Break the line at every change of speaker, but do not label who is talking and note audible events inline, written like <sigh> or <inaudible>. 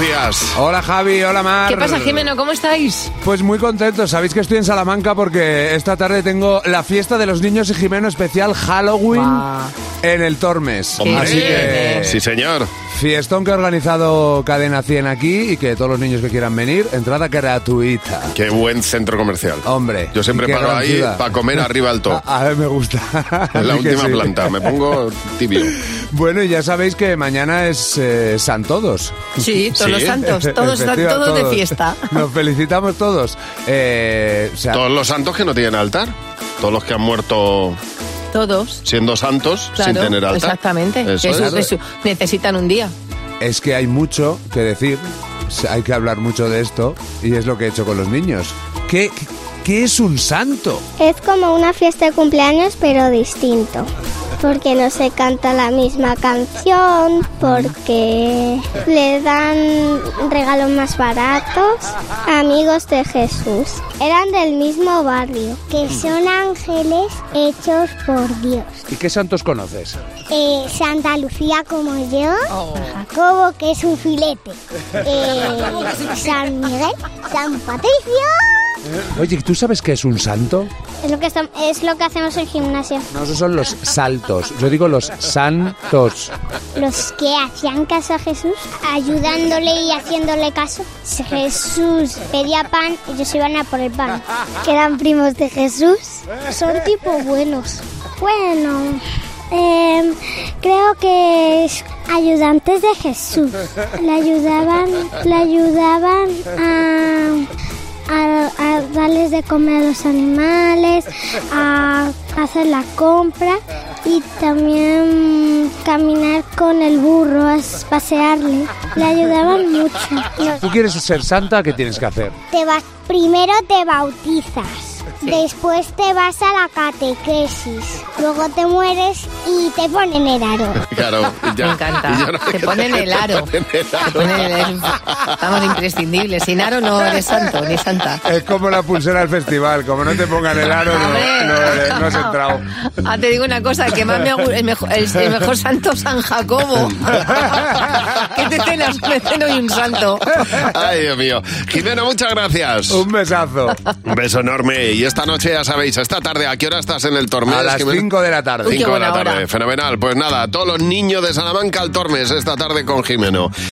días.
Hola Javi, hola Mar.
¿Qué pasa, Jimeno? ¿Cómo estáis?
Pues muy contento, sabéis que estoy en Salamanca porque esta tarde tengo la fiesta de los niños y Jimeno especial Halloween en el Tormes.
Hombre.
Así que
Sí, señor.
fiestón que ha organizado Cadena 100 aquí y que todos los niños que quieran venir, entrada gratuita.
Qué buen centro comercial.
Hombre.
Yo siempre
qué
paro
gran
ahí
ciudad.
para comer arriba al
<laughs>
top.
A, a ver, me gusta.
En la
<laughs> Así que
última
sí.
planta. Me pongo tibio.
Bueno, y ya sabéis que mañana es eh, San Todos.
Sí, todos
Sí.
los
<laughs>
santos,
Efectiva,
todos, están todos, de fiesta.
Nos felicitamos todos. Eh, o sea,
Todos los santos que no tienen altar. Todos los que han muerto
Todos.
siendo santos
Claro,
sin tener altar.
exactamente.
Eso
Que su-
es.
que su- necesitan un día.
es que hay mucho que decir, se- hay que hablar mucho de esto, y es lo que he hecho con los niños. ¿Qué, qué es un santo?
Es como una fiesta de cumpleaños, pero distinto. Porque no se canta la misma canción, porque le dan regalos más baratos. Amigos de Jesús. Eran del mismo barrio. Que son ángeles hechos por Dios.
¿Y qué santos conoces?
Eh, Santa Lucía como yo, Jacobo que es un filete, Eh, San Miguel, San Patricio.
Oye, ¿tú sabes qué es un santo?
Es lo que, estam- es lo que hacemos en gimnasio.
No, esos son los saltos. Yo digo los santos.
Los que hacían caso a Jesús, ayudándole y haciéndole caso. Si Jesús pedía pan, ellos iban a por el pan. Que eran primos de Jesús. Son tipo buenos. Bueno, em, creo que es ayudantes de Jesús. Le ayudaban, le ayudaban a a, a darles de comer a los animales, a hacer la compra y también caminar con el burro, a pasearle. Le ayudaban mucho.
¿Tú quieres ser santa? ¿Qué tienes que hacer?
Te vas, primero te bautizas, después te vas a la catequesis, luego te mueres y te ponen el aro.
<laughs> Claro,
<laughs>
y ya.
Me encanta.
Y ya no- <laughs>
Te ponen el aro.
Te ponen el
Te
aro.
<laughs> ponen el- Estamos <laughs> imprescindibles. Sin aro no eres santo, ni santa.
Es como la pulsera del festival, como no te pongan el aro, no,
Hombre.
no eres- no has entrado.
Ah, te digo una cosa, que más me ha gu- el mejor, el, el mejor santo San <laughs> Jacobo. que Este te cenas un meceno y un santo.
Ay, Dios mío. Jimeno, muchas gracias.
Un besazo.
Un beso enorme. Y esta noche, ya sabéis, esta tarde, ¿a qué hora estás en el torneo?
A las 5 de la tarde.
Uy, qué
5 de la
buena
tarde,
hora.
fenomenal. Pues nada, todos los niños de Salamanca al Tormes esta tarde con Jimeno.